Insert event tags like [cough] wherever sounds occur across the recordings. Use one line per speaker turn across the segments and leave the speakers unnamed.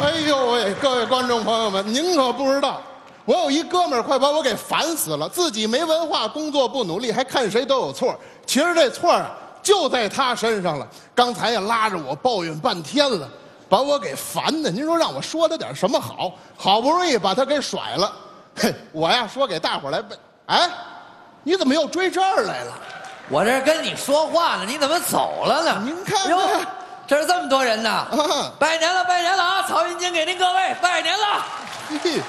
哎呦喂，各位观众朋友们，您可不知道，我有一哥们儿快把我给烦死了，自己没文化，工作不努力，还看谁都有错。其实这错啊，就在他身上了。刚才也拉着我抱怨半天了，把我给烦的。您说让我说他点什么好？好不容易把他给甩了，嘿，我呀说给大伙儿来问，哎，你怎么又追这儿来了？
我这跟你说话呢，你怎么走了呢？
您看
哟
看，
这儿这么多人呢
啊，
拜年了，拜年了啊！曹云金给您各位拜年了。
嘿，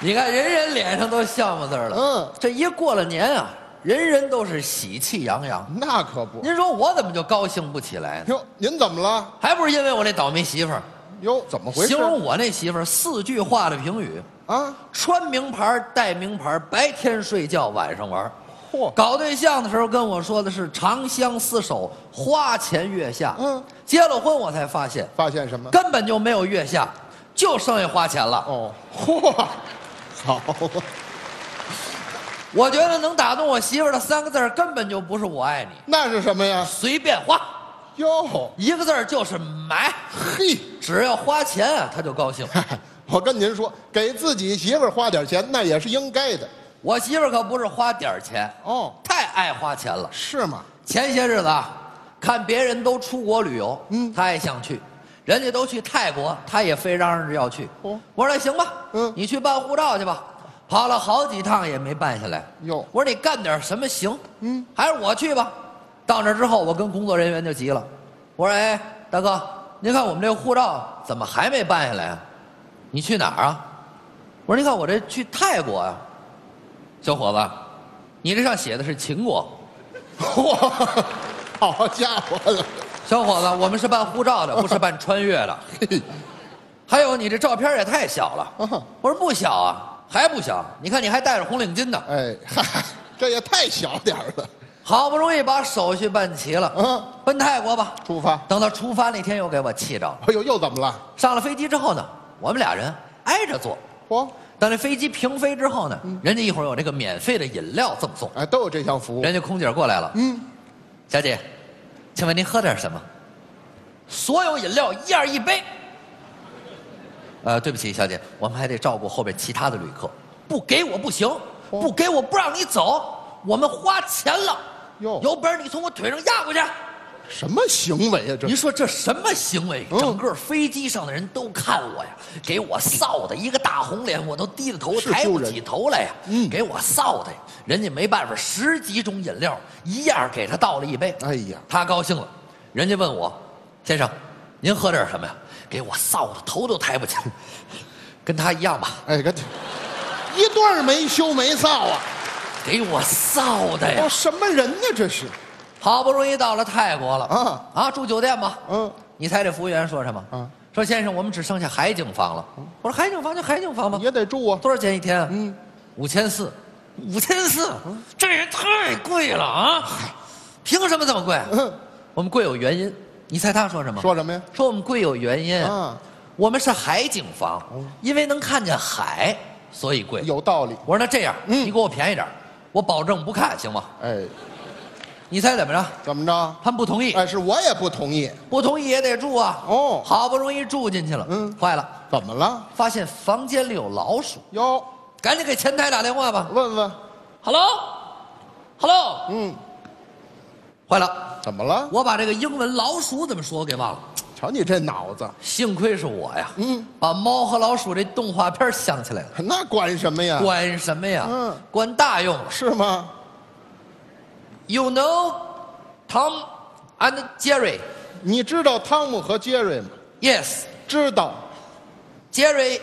你看，人人脸上都笑么字儿了。
嗯
嗯，这一过了年啊，人人都是喜气洋洋。
那可不。
您说我怎么就高兴不起来呢？
哟，您怎么了？
还不是因为我那倒霉媳妇儿。
哟，怎么回事
形？容我那媳妇儿四句话的评语：
啊，
穿名牌儿，戴名牌儿，白天睡觉，晚上玩儿。
嚯，
搞对象的时候跟我说的是长相厮守，花前月下。
嗯
嗯，结了婚我才发现，
发现什么？
根本就没有月下，就剩下花钱了。
哦，嚯，好，啊
我觉得能打动我媳妇儿的三个字儿根本就不是我爱你，
那是什么呀？
随便花，
哟，
一个字儿就是买。
嘿， [laughs]
只要花钱啊，她就高兴。
我跟您说，给自己媳妇儿花点钱，那也是应该的。
我媳妇儿可不是花点儿钱，
哦，
太爱花钱了。
是吗？
前些日子啊，看别人都出国旅游，嗯，他也想去，人家都去泰国，他也非嚷嚷着要去。
哦
我说那行吧，
嗯
你去办护照去吧。跑了好几趟也没办下来。
哟
我说你干点什么行？
嗯
嗯，还是我去吧。到那之后，我跟工作人员就急了，我说：“哎，大哥，您看我们这护照怎么还没办下来啊？你去哪儿啊？”我说：“您看我这去泰国啊。”小伙子，你这上写的是秦国。
嚯，好家伙了，
小伙子，我们是办护照的，不是办穿越的。还有你这照片也太小了。
啊
我说不小啊，还不小。你看你还戴着红领巾呢。
哎， [laughs] 嗨，这也太小点儿了。
好不容易把手续办齐了，
嗯
奔泰国吧。
出发，
等到出发那天，又给我气着了。
哎呦，又怎么了？
上了飞机之后呢，我们俩人挨着坐。
嚯，
等这飞机平飞之后呢，人家一会儿有这个免费的饮料赠送，
哎，都有这项服务。
人家空姐过来了，
嗯，
小姐，请问您喝点什么？所有饮料一样一杯。呃，对不起，小姐，我们还得照顾后边其他的旅客，不给我不行，
哦
不给我不让你走，我们花钱了。
哟
有本事你从我腿上压过去！
什么行为啊？这
您说这什么行为？
嗯
整个飞机上的人都看我呀，给我臊的一个大红脸，我都低着头
是
抬
丢
不
人
起头来呀。
嗯
给我臊的呀，人家没办法，十几种饮料一样给他倒了一杯。
哎呀
他高兴了，人家问我，先生，您喝点什么呀？给我臊的头都抬不起来， [laughs] 跟他一样吧，
哎，跟 [laughs] 一对儿没羞没臊啊！
给我臊
哦，
的哎呀。
什么人呢？这是
好不容易到了泰国了
啊
啊啊，住酒店吧。
嗯
嗯，你猜这服务员说什么？
嗯
嗯，说先生，我们只剩下海景房了。我说海景房就海景房吧，
也得住啊。
多少钱一天？嗯
哦嗯，啊
五千四，五千四，这也太贵了啊！凭什么这么贵？
嗯，
我们贵有原因。你猜他说什么？
[laughs] 说什么呀？
说我们贵有原因
啊
我们是海景房，因为能看见海，所以贵。
哦有道理。
我说那这样，
嗯
你给我便宜点儿，我保证不看，行吗？
哎，
你猜怎么着？
怎么着？
[laughs] 他们不同意，
哎，是我也不同意。
不同意也得住啊。
哦
好不容易住进去了，
嗯
坏了，
怎么了？
发现房间里有老鼠，
哟，
赶紧给前台打电话吧。
问问，
Hello，Hello，
嗯，
坏了，
怎么了？
我把这个英文老鼠怎么说给忘了。
瞧你这脑子，
幸亏是我呀，
嗯
嗯，把猫和老鼠这动画片想起来了。
那管什么呀？
管什么呀？
嗯
嗯，管大用。
是吗？
You know Tom and Jerry?
你知道汤姆和杰瑞吗？
Yes,
知道。
Jerry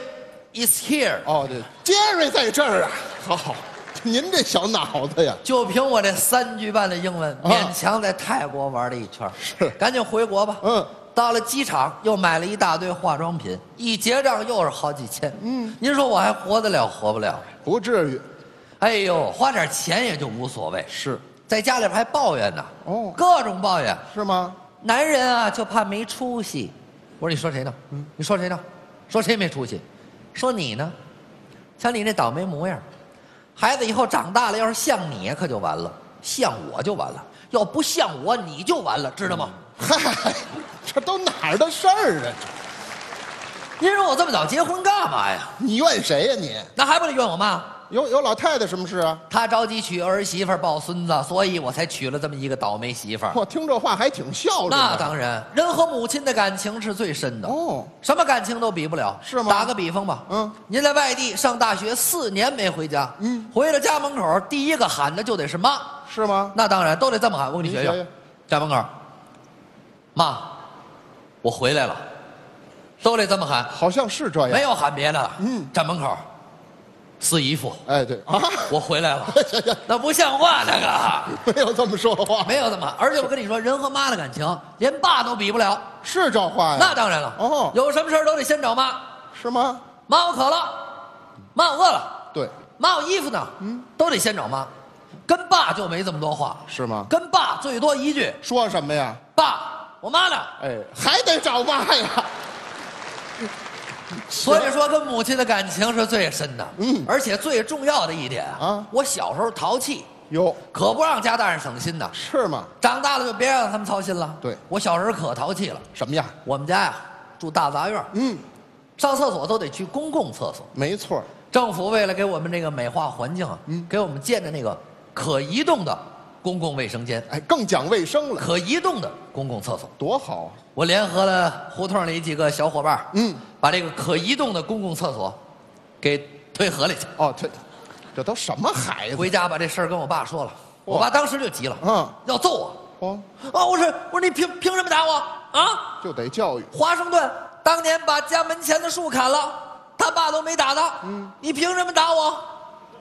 is here.
哦，对，杰瑞在这儿啊。好，您这小脑子呀，
就凭我这三句半的英文，
啊
勉强在泰国玩了一圈。
是
赶紧回国吧。
嗯
嗯，到了机场又买了一大堆化妆品，一结账又是好几千。嗯，您说我还活得了活不了？
不至于。
哎呦，花点钱也就无所谓。
是，
在家里边还抱怨呢，
哦
哦，各种抱怨。
是吗？
男人啊，就怕没出息。我说你说谁呢？你说谁呢？说谁没出息？说你呢？瞧你那倒霉模样，孩子以后长大了要是像你可就完了，像我就完了，要不像我你就完了，知道吗？
嗨，这都哪儿的事儿啊？
您说我这么早结婚干嘛呀？
你怨谁呀、你？
那还不得怨我妈？
有有老太太什么事啊？
她着急娶儿媳妇儿抱孙子，所以我才娶了这么一个倒霉媳妇儿。
我听这话还挺孝顺的。
啊那当然，人和母亲的感情是最深的，
哦，
什么感情都比不了。
是吗
打个比方吧，
嗯，
您在外地上大学四年没回家，
嗯，
回到家门口第一个喊的就得是妈，
是吗？
那当然都得这么喊。我给你
您
学
学
学
学，
家门口，妈，我回来了，都得这么喊，
好像是这样。
没有喊别的了。
哎嗯
站门口，四姨夫，
哎，对啊， [laughs]
我回来了，那不像话那个。
没有这么说话，
没有怎么，而且我跟你说，人和妈的感情，连爸都比不了。
是这话呀？
那当然了，
哦
有什么事儿都得先找妈。
是吗？
妈，我渴了，妈，我饿了，
对，
妈，我衣服呢？
嗯，
都得先找妈。跟爸就没这么多话，
是吗？
跟爸最多一句
说什么呀？
“爸，我妈呢
哎，还得找妈呀。”。
所以说，跟母亲的感情是最深的。
嗯
而且最重要的一点
啊
我小时候淘气，
哟，
可不让家大人省心呐。
是吗？
长大了就别让他们操心了。
对
我小时候可淘气了。
什么呀？
我们家呀住大杂院儿，
嗯，
上厕所都得去公共厕所。
没错儿。
政府为了给我们这个美化环境啊，给我们建的那个可移动的公共卫生间、
哎，更讲卫生了，
可移动的公共厕所。
多好啊！
我联合了胡同里几个小伙伴，
嗯，
把这个可移动的公共厕所给推河里去。
哦，这这都什么孩子？
回家把这事儿跟我爸说了，
哇
我爸当时就急了，
嗯
要揍我
哦，
啊！我说我说你凭凭什么打我啊？
就得教育。
华盛顿当年把家门前的树砍了，他爸都没打他，你凭什么打我？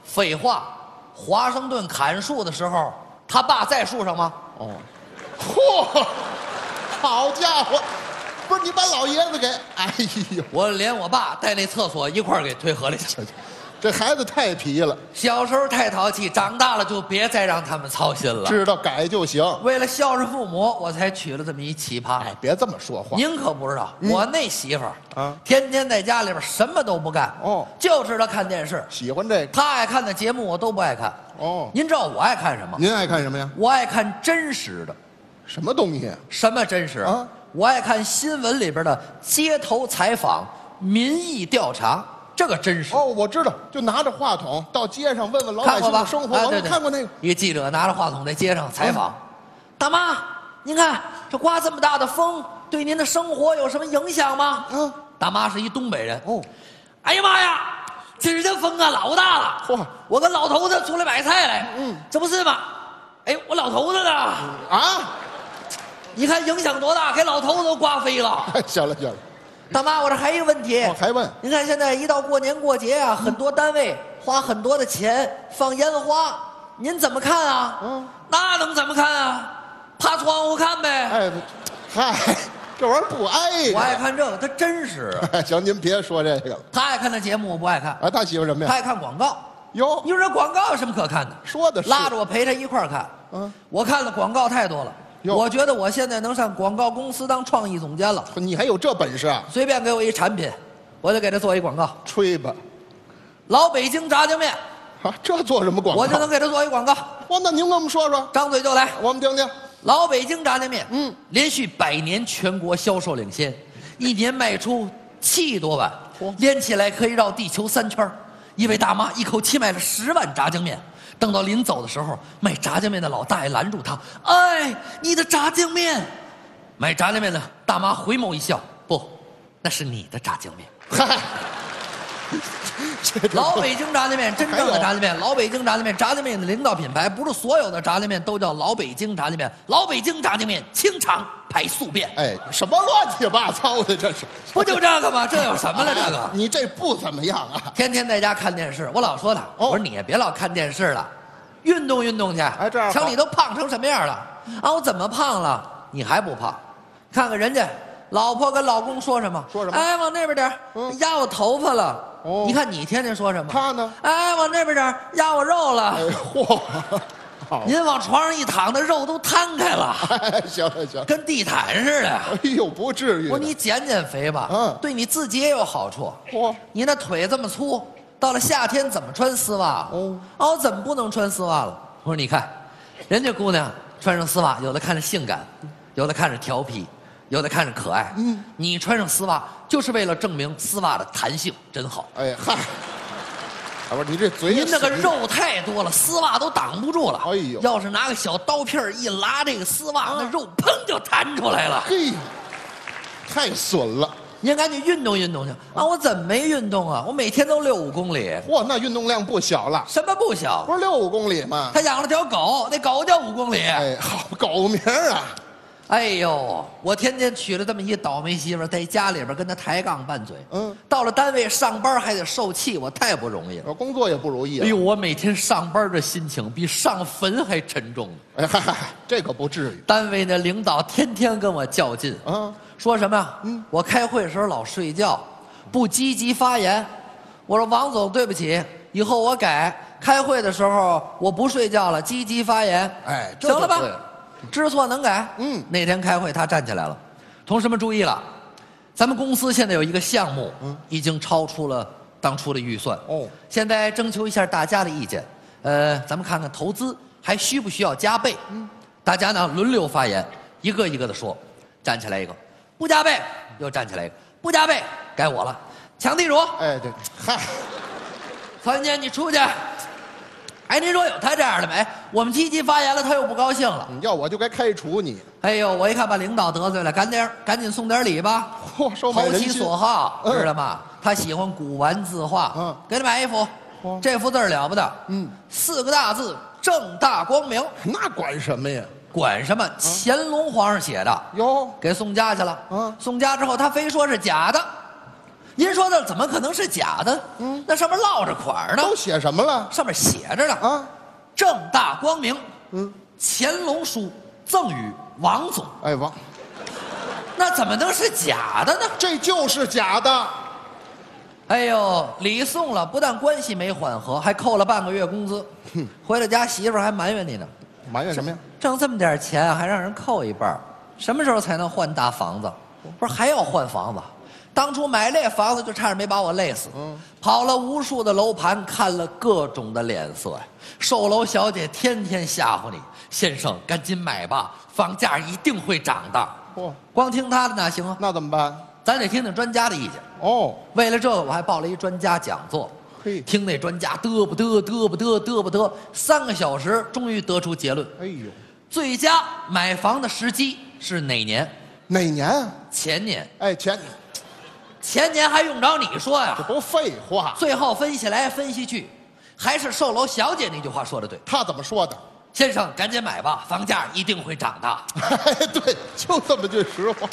废话，华盛顿砍树的时候，他爸在树上吗？
哦，嚯，好家伙！不是你把老爷子给，哎呦，
我连我爸带那厕所一块儿给推河里去。
这这孩子太皮了，
小时候太淘气，长大了就别再让他们操心了。
知道改就行。
为了孝顺父母，我才娶了这么一奇葩。
哎，嗯别这么说话。
您可不知道，我那媳妇儿
啊
天天在家里边什么都不干，
哦
就知道看电视。
喜欢这个
她爱看的节目我都不爱看。
哦？
您知道我爱看什么？
您爱看什么呀？
我爱看真实的，
什么东西？
什么真实
啊
我爱看新闻里边的街头采访、民意调查，这个真实。
哦，我知道，就拿着话筒到街上问问老百
看
姓
过吧？
的生活。
啊
我
对
们
对
看过那个，啊
一个记者拿着话筒在街上采访，大妈，您看这刮这么大的风，对您的生活有什么影响吗？
嗯，
大妈是一东北人。
哦，
哎呀妈呀，今儿这风啊老大了！
嚯
我跟老头子出来买菜来。
嗯，
这不是吗？哎，我老头子呢？
啊， [laughs]
你看影响多大，给老头子都刮飞了。
哎行了行了，
大妈，我这还有一个问题。
我还问
您看现在一到过年过节啊，很多单位花很多的钱放烟花，您怎么看啊？
嗯，
那能怎么看啊？趴窗户看呗。
哎，嗨，这玩意儿不挨
我
着。
爱看这个，他
[laughs]
真实。
哎行，您别说这个了。
他爱看的节目，我不爱看。
啊，他媳妇什么
他
呀？
爱看广告。
哟
你，说这广告有什么可看的？
说的是
拉着我陪他一块儿看。
嗯，
我看的广告太多了。
哟
我觉得我现在能上广告公司当创意总监了。
你还有这本事啊？
随便给我一产品，我就给他做一广告。
吹吧，
老北京炸酱面，
啊，这做什么广告？
我就能给他做一广告，
哇，那您跟我们说说，
张嘴就来。
我们听听。
老北京炸酱面，
嗯，
连续百年全国销售领先，一年卖出七亿多碗
嚯，
连起来可以绕地球三圈儿。一位大妈一口气卖了十碗炸酱面，等到临走的时候，卖炸酱面的老大爷拦住她：“哎，你的炸酱面！”买炸酱面的大妈回眸一笑：“不，那是你的炸酱面。”
嗨，这 [laughs] 这
老北京炸酱面，真正
还
的
有
炸酱面，老北京炸酱面，炸酱面的领导品牌，不是所有的炸酱面都叫老北京炸酱面。老北京炸酱面清肠排宿便，
哎，什么乱七八糟的这是？
不就这个吗？这有什么了？这个
哎你这不怎么样啊？
天天在家看电视，我老说他，
哦
我说你也别老看电视了，运动运动去。哎
这样好
瞧你都胖成什么样了？啊，我怎么胖了？你还不胖？看看人家，老婆跟老公说什么？
说什么
哎，往那边点儿
嗯
压我头发了。
哦
你看你天天说什么？
他呢
哎，往那边点儿压我肉了。
哎，嚯，好，
您往床上一躺，那肉都摊开 [laughs] 了，
[laughs] 哎，行了行了，
跟地毯似的。
哎呦，不至于的。
我说你减减肥吧，
嗯
对你自己也有好处。
嚯，
你那腿这么粗，到了夏天怎么穿丝袜？
哦
哦，哦，怎么不能穿丝袜了？我说你看，人家姑娘穿上丝袜，有的看着性感，有的看着调皮，有的看着可爱。嗯，你穿上丝袜就是为了证明丝袜的弹性真好。
哎嗨，啊不是你这嘴，
您那个，肉太多了，丝袜都挡不住了。
哎呦
要是拿个小刀片儿一拉这个丝袜，那肉砰就弹出来了。
嘿，太损了。
您赶紧运动运动去啊！我怎么没运动啊？我每天都遛五公里，
嚯，那运动量不小了，
什么不小
不？是六五公里吗？
他养了条狗，那狗叫五公里。
哎，好狗名儿啊！
哎呦，我天天娶了这么一倒霉媳妇儿，在家里边跟她抬杠拌嘴。
嗯，
到了单位上班还得受气，我太不容易了。
我工作也不如意
哎
啊。
呦，我每天上班的心情比上坟还沉重呢。
哎嗨嗨，嗨这可不至于
单位那领导天天跟我较劲，
啊！
说什么呀？我开会的时候老睡觉，不积极发言。我说王总，对不起，以后我改。开会的时候我不睡觉了，积极发言。
哎这
行了吧
就对了？
知错能改。
嗯
那天开会他站起来了，同志们注意了，咱们公司现在有一个项目，已经超出了当初的预算。
嗯哦
现在征求一下大家的意见，呃，咱们看看投资还需不需要加倍？嗯大家呢轮流发言，一个一个的说，站起来一个，不加倍，又站起来一个，不加倍，该我了，抢地主，
哎，对，嗨，
曹云金你出去。哎，您说有他这样的没？哎我们积极发言了，他又不高兴了。
你要我就该开除
[laughs]
你。
哎呦，我一看把领导得罪了，赶点儿赶紧送点礼吧。
嚯，收买
投
人
其
心，
所好，
嗯
知道吗？他喜欢古玩字画，
嗯
给他买一幅
嚯，
这幅字儿了不得，
嗯，
四个大字正大光明，
[laughs] 那管什么呀？
管什么？
嗯
乾隆皇上写的，
哟，
给送家去了，
嗯
送家之后他非说是假的，您说的怎么可能是假的？嗯，那上面落着款儿呢，
都写什么了
上面写着呢，
啊？
正大光明，
嗯，
乾隆书赠与王总，
哎，王，
那怎么能是假的呢？
这就是假的。
哎呦，礼送了，不但关系没缓和，还扣了半个月工资。回了家，媳妇儿还埋怨你呢，
埋怨什么呀？
挣这么点钱啊还让人扣一半儿，什么时候才能换大房子？
哦
不是还要换房子？当初买那房子就差点没把我累死。
嗯
跑了无数的楼盘，看了各种的脸色呀。售楼小姐天天吓唬你，先生赶紧买吧，房价一定会涨的。
嚯，
光听她的哪行啊？
哦那怎么办？
咱得听听专家的意见。
哦，
为了这个，我还报了一专家讲座。
嘿
听那专家嘚不嘚嘚不嘚嘚不嘚，三个小时终于得出结论：
哎呦，
最佳买房的时机是哪年？
哪年啊？
前年，
哎，前
前年还用着你说
这
呀？
不废话，
最后分析来分析去，还是售楼小姐那句话说的对：
他怎么说的？ [laughs]
先生，赶紧买吧，房价一定会涨的。
哎，对，就这么句实话。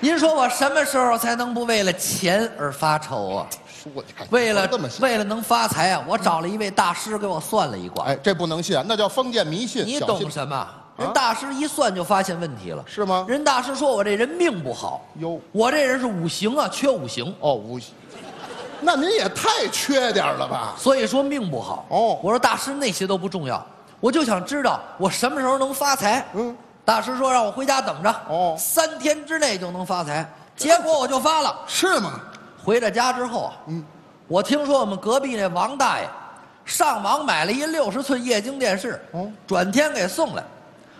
您说我什么时候才能不为了钱而发愁啊？
说你看
为了
哦这么信，
为了能发财啊，我找了一位大师给我算了一卦。
哎，这不能信，那叫封建迷信。[laughs]
你
小
懂
信
什么？人大师一算就发现问题了，
是吗
人大师说我这人命不好，
哟
我这人是五行啊，缺五行，
哦，无锡，那您也太缺点了吧？
所以说命不好。
哦
我说大师那些都不重要，我就想知道我什么时候能发财。
嗯，
大师说让我回家等着，
哦
三天之内就能发财，结果我就发了。
是吗？
回到家之后啊，嗯，我听说我们隔壁那王大爷上网买了一六十寸液晶电视，
哦
转天给送来，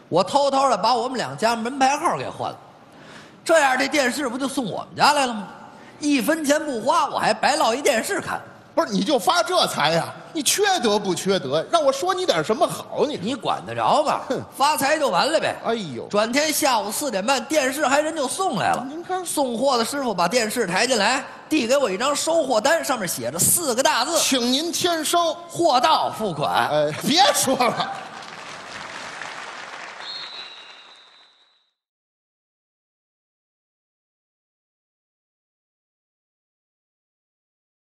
我偷偷的把我们两家门牌号给换了，这样这电视不就送我们家来了吗？一分钱不花，我还白落一电视看。
不是，你就发这财呀、你缺德不缺德？让我说你点什么好你？
你管得着吗
哼？
发财就完了呗。
哎呦，
转天下午四点半，电视还人就送来了。
您看
送货的师傅把电视抬进来，递给我一张收货单，上面写着四个大字
请您签收。
“货到付款”。
哎，别说了，